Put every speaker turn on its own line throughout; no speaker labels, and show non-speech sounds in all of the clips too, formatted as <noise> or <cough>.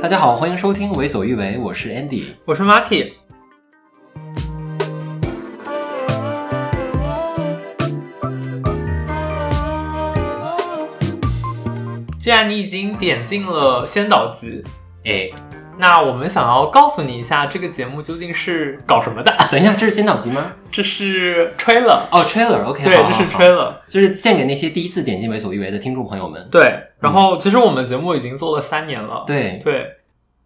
大家好，欢迎收听《为所欲为》，我是 Andy。
我是 Marky。既然你已经点进了先导集，
哎，
那我们想要告诉你一下这个节目究竟是搞什么的。 <laughs>
等一下，这是先导集吗？
这是 trailer，
哦，trailer，OK，、
对，这
好
是
好
trailer，
就是献给那些第一次点进《为所欲为》的听众朋友们。
对。然后其实我们节目已经做了三年了，
嗯对，
对，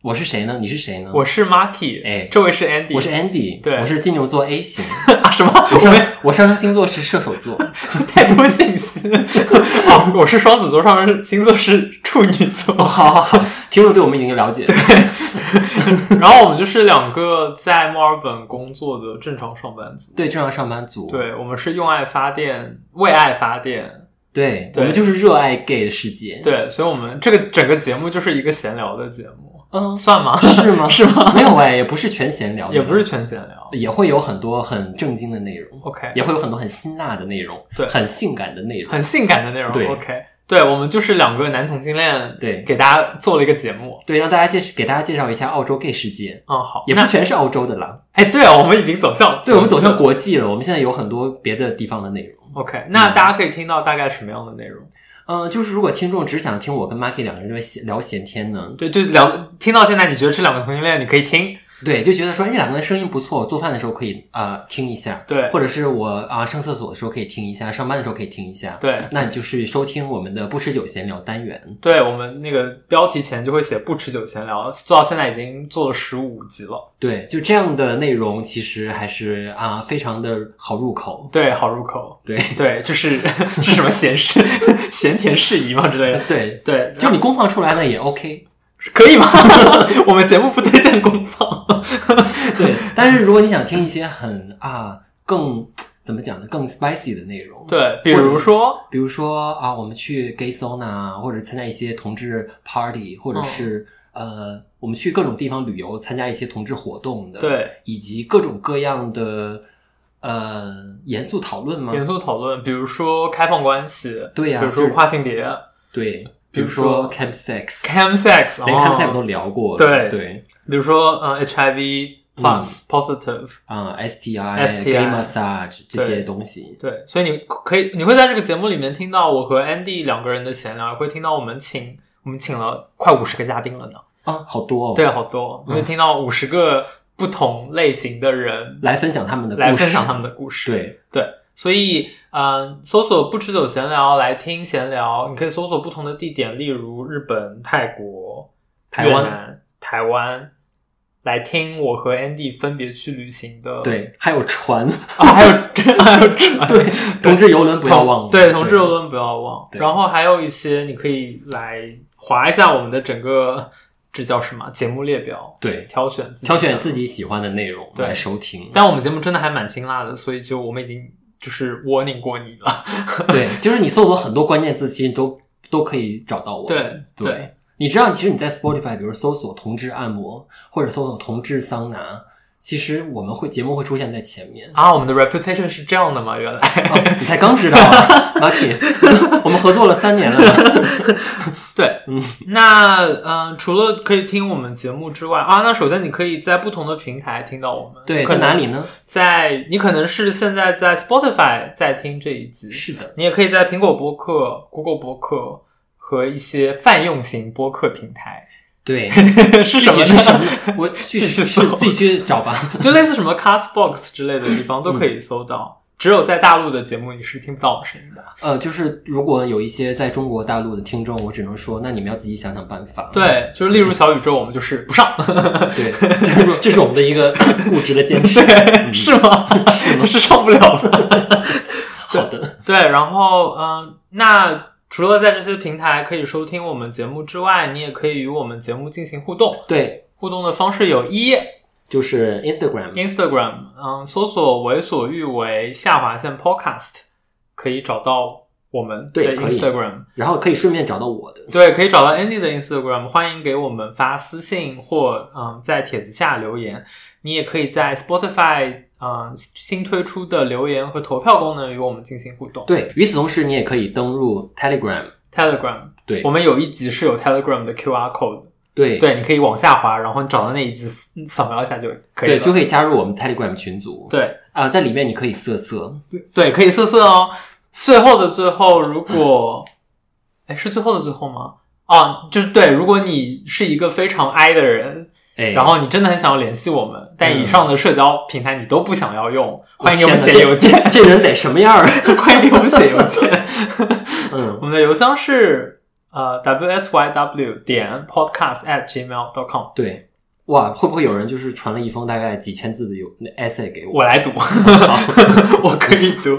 我是谁呢？你是谁呢？
我是 Marky，
哎
这位是 Andy， <laughs>
我是 Andy，
对
我是金牛座 A 型，
啊什么？
我
<laughs> 我
上
们
我上升星座是射手
<laughs>
座。
太多
<laughs>
信息哦，我是双子座，上升星座是处女座。
哦，好好好，听众对我们已经有了解。
<laughs> 然后我们就是两个在墨尔本工作的正常上班族。
对，正常上班族，
对，我们是用爱发电，为爱发电。
对，我
对
们就是热爱 gay 的世界。，
对，所以我们这个整个节目就是一个闲聊的节目，
嗯，
算吗？ <laughs>
是吗？
是吗？
没有哎，也不是全闲聊的，
也不是全闲聊。
也会有很多很正经的内容，
OK，
也会有很多很辛辣的内容，
对
很性感的内容，
很性感的内容。
对
OK，对我们就是两个男同性恋，
对
给大家做了一个节目。
对，让大家介给大家介绍一下澳洲 gay 世界，
嗯，好。
也不全是澳洲的啦，
哎，对啊，我们已经走向，
对我们走向。国际了，我们现在有很多别的地方的内容。
OK，那大家可以听到大概什么样的内容？
嗯、就是如果听众只想听我跟 Marky 两个人在闲聊闲天呢，
对，就聊听到现在，你觉得这两个同性恋你可以听？
对，就觉得说，哎，两个人声音不错，做饭的时候可以呃听一下，
对
或者是我啊、上厕所的时候可以听一下，上班的时候可以听一下，，
对，
那你就是收听我们的不持久闲聊单元，
对我们那个标题前就会写不持久闲聊，做到现在已经做了十五集了，
对，就这样的内容其实还是啊、非常的好入口，
对，好入口，
对 <laughs>
对，这是这是什么闲事闲田适宜吗之类的？
对，
对，
就你公放出来呢也 OK，
可以吗？我们节目不推荐公放，
<laughs> 对，但是如果你想听一些很啊更怎么讲呢，更 spicy 的内容，，
对，比如说，
比如说啊，我们去 gay sauna 啊或者参加一些同志 party，或
嗯
者是、呃，我们去各种地方旅游，参加一些同志活动的，，
对，
以及各种各样的呃严肃讨论吗？
严肃讨论，比如说开放关系，
对呀
比如说
是
跨性别
对，
比
比
如
如
说
说 camp sex，
，cam sex，
连
哦
camp sex 都聊过了，
对
对，
比如说，嗯，HIV plus positive，
啊、s t i
STI
gay massage 这
对
些东西，
对，所以你可以，你会在这个节目里面听到我和 Andy 两个人的闲聊，也会听到我们请我们请了快五十个嘉宾了呢。
啊，好多哦，
对，，好多，我们听到五十个不同类型的人
来分享他们的故事，
来分享他们的故事。
对。
对，所以嗯、呃搜索“不持久闲聊”来听闲聊，你可以搜索不同的地点，例如日本、泰国、
台
越
湾
南、台湾，来听我和 Andy 分别去旅行的。
对，还有船，
<laughs> 啊，还有还有
<laughs>
船。
对，同志游轮不要忘了，
对，同志游轮不要忘。
对
然后还有一些你可以来划一下我们的整个，这叫什么节目列表，
对，
挑选
挑选自
己。
己喜欢的内容
对
来收听。
但我们节目真的还蛮辛辣的，所以就我们已经就是 warning 过你了。
对，就是你搜索很多关键字，其实你都都可以找到我。
对
对。
对。
你知道，其实你在 Spotify，比如搜索“同志按摩”或者搜索“同志桑拿”，其实我们会节目会出现在前面
啊，我们的 reputation 是这样的吗？原来
哦、你才刚知道啊，Lucky，我们合作了三年了。
对。 <laughs> 那嗯、呃除了可以听我们节目之外啊，那首先你可以在不同的平台听到我们。
对，
可
在哪
能
里呢？
在你可能是现在在 Spotify 在听这一集，
是的，
你也可以在苹果播客、Google 播客和一些泛用型播客平台，
对，
<laughs>
具
是什么
体 <laughs>
呢？
是什么？我去
自己
是
去搜
自己去找吧。
就类似什么 Castbox 之类的地方都可
嗯
以搜到。只有在大陆的节目你是听不到我声音的。
呃，就是如果有一些在中国大陆的听众，我只能说，那你们要自己想想办法。
对，就是例如小宇宙，我们就是不上，
<laughs> 对，这是我们的一个固执的坚持。
对， <laughs> 是吗？
<laughs>
<laughs> 是上不了的。 <laughs>
好的，
对，然后嗯，那除了在这些平台可以收听我们节目之外，你也可以与我们节目进行互动。
对，
互动的方式有一，
就是 Instagram，
Instagram，嗯，搜索“为所欲为”下划线 Podcast，可以找到我们的
对可以
Instagram。
然后可以顺便找到我的。
对，可以找到 Andy 的 Instagram，欢迎给我们发私信或嗯在帖子下留言。你也可以在 Spotify 嗯、新推出的留言和投票功能与我们进行互动。
对，与此同时，你也可以登录 Telegram。
Telegram，
对
我们有一集是有 Telegram 的 QR code，
对
对，你可以往下滑，然后你找到那一集扫描一下就可以了。
对，就可以加入我们 Telegram 群组。
对
啊、在里面你可以色色，
对，可以测测哦。最后的最后，如果哎是最后的最后吗？啊，就是对，如果你是一个非常 I 的人，
哎，
然后你真的很想要联系我们，但以上的社交平台你都不想要用，欢迎
嗯
给我
我
们
天哪
写邮件， <laughs>
这人得什么样儿？
欢迎给我们写邮件。 <laughs>
嗯，
我们的邮箱是呃 wsyw 点 podcast at gmail dot com，
对，哇，会不会有人就是传了一封大概几千字的有那 essay 给我？
我来读， <laughs> 我可以读。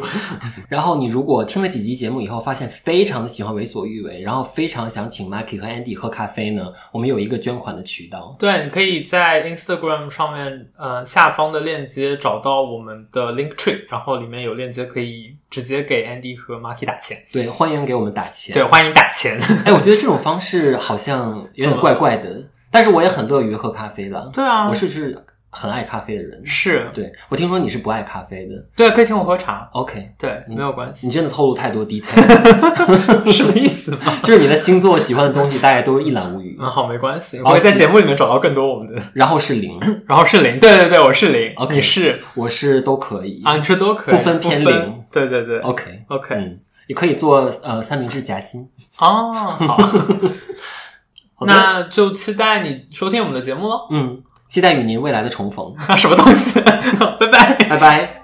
然后你如果听了几集节目以后，发现非常的喜欢为所欲为，然后非常想请 Maki 和 Andy 喝咖啡呢，我们有一个捐款的渠道。
对，你可以在 Instagram 上面呃下方的链接找到我们的 link tree，然后里面有链接可以直接给 Andy 和 Marky 打钱。
对，欢迎给我们打钱。
对，，欢迎打钱。 <laughs>
哎，我觉得这种方式好像有点怪怪的，但是我也很乐于喝咖啡了。
对啊
我，是是很爱咖啡的人。
是
对，我听说你是不爱咖啡的。
对，可以请我喝茶。
OK，
对，没有关系。
你真的透露太多 detail，
<laughs> 什么意思吗？
<laughs> 就是你的星座喜欢的东西，大概都是一览无余，
嗯，好，没关系。我会在节目里面找到更多我们 <laughs> 的。
<laughs> 然后是零，
然后是零，对对对，我是零
OK
你是
我是都可以。
啊，你是都可以，
不分偏
不
零
对对对
OK，
OK，
嗯，你可以做呃三明治夹心。
哦， <laughs> 好，
好的
那就期待你 <laughs> 收听我们的节目喽。
嗯，期待与您未来的重逢，
<laughs> 什么东西？拜拜。
拜拜。